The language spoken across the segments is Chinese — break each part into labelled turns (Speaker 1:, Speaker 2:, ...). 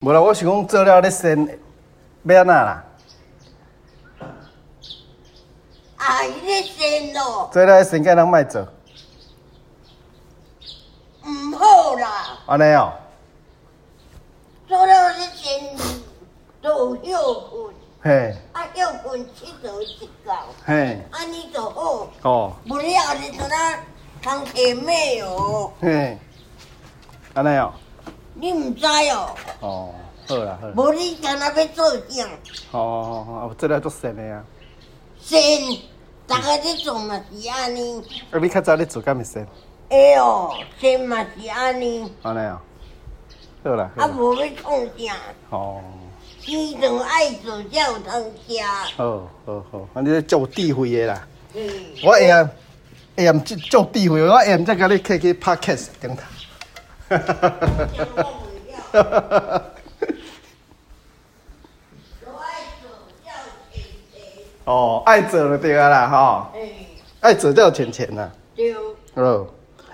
Speaker 1: 无啦，我想讲做了咧先，要安那啦？
Speaker 2: 啊，伊咧生咯，
Speaker 1: 做了先，叫人莫做，
Speaker 2: 毋嗯好啦，
Speaker 1: 安尼哦。
Speaker 2: 做了咧生就休困，
Speaker 1: 嘿，
Speaker 2: 啊休困佚佗一啊觉，
Speaker 1: 嘿，
Speaker 2: 安尼就好。
Speaker 1: 哦，
Speaker 2: 无了你做哪通下妹哦？
Speaker 1: 嘿，安尼哦，
Speaker 2: 你毋知哦？
Speaker 1: 哦，好啦，好啦，
Speaker 2: 无你干那要做啥？
Speaker 1: 哦哦哦，哦做了足先的啊。
Speaker 2: 生，逐个咧做嘛是安尼，
Speaker 1: 啊，你较早咧做敢会先？
Speaker 2: 会哦，生嘛是安尼，
Speaker 1: 安尼哦，好啦，好
Speaker 2: 啊
Speaker 1: 啦，
Speaker 2: 无要创啥？
Speaker 1: 哦，
Speaker 2: 生就爱做才有通食。
Speaker 1: 好，好，好，安尼咧足有智慧的啦。
Speaker 2: 嗯，
Speaker 1: 我会啊，会啊，足足智慧，我会啊，再甲你客去拍 case 顶 头。哈哈哈哈
Speaker 2: 这
Speaker 1: 哈
Speaker 2: 样我袂了。
Speaker 1: 哈哈！
Speaker 2: 都爱做才有钱钱。
Speaker 1: 哦，爱做就对啊啦，吼、
Speaker 2: 哎，
Speaker 1: 爱做才有钱钱呐、
Speaker 2: 对，
Speaker 1: 啊，哦，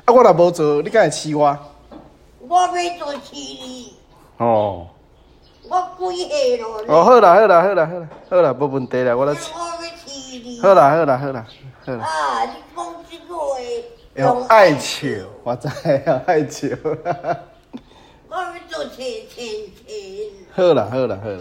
Speaker 1: 啊，我若无做，你敢会饲我？
Speaker 2: 我要做饲你，
Speaker 1: 哦，
Speaker 2: 我几岁咯？
Speaker 1: 哦，好啦，好啦，好啦，好啦，好啦，无问题啦，我来
Speaker 2: 我
Speaker 1: 饲。
Speaker 2: 要饲你。
Speaker 1: 好啦，好啦，好啦，好啦。
Speaker 2: 啊，你讲这个话哎
Speaker 1: 用爱笑，我知 啊，爱笑。
Speaker 2: 我要做钱钱钱。
Speaker 1: 好啦，好啦，好啦。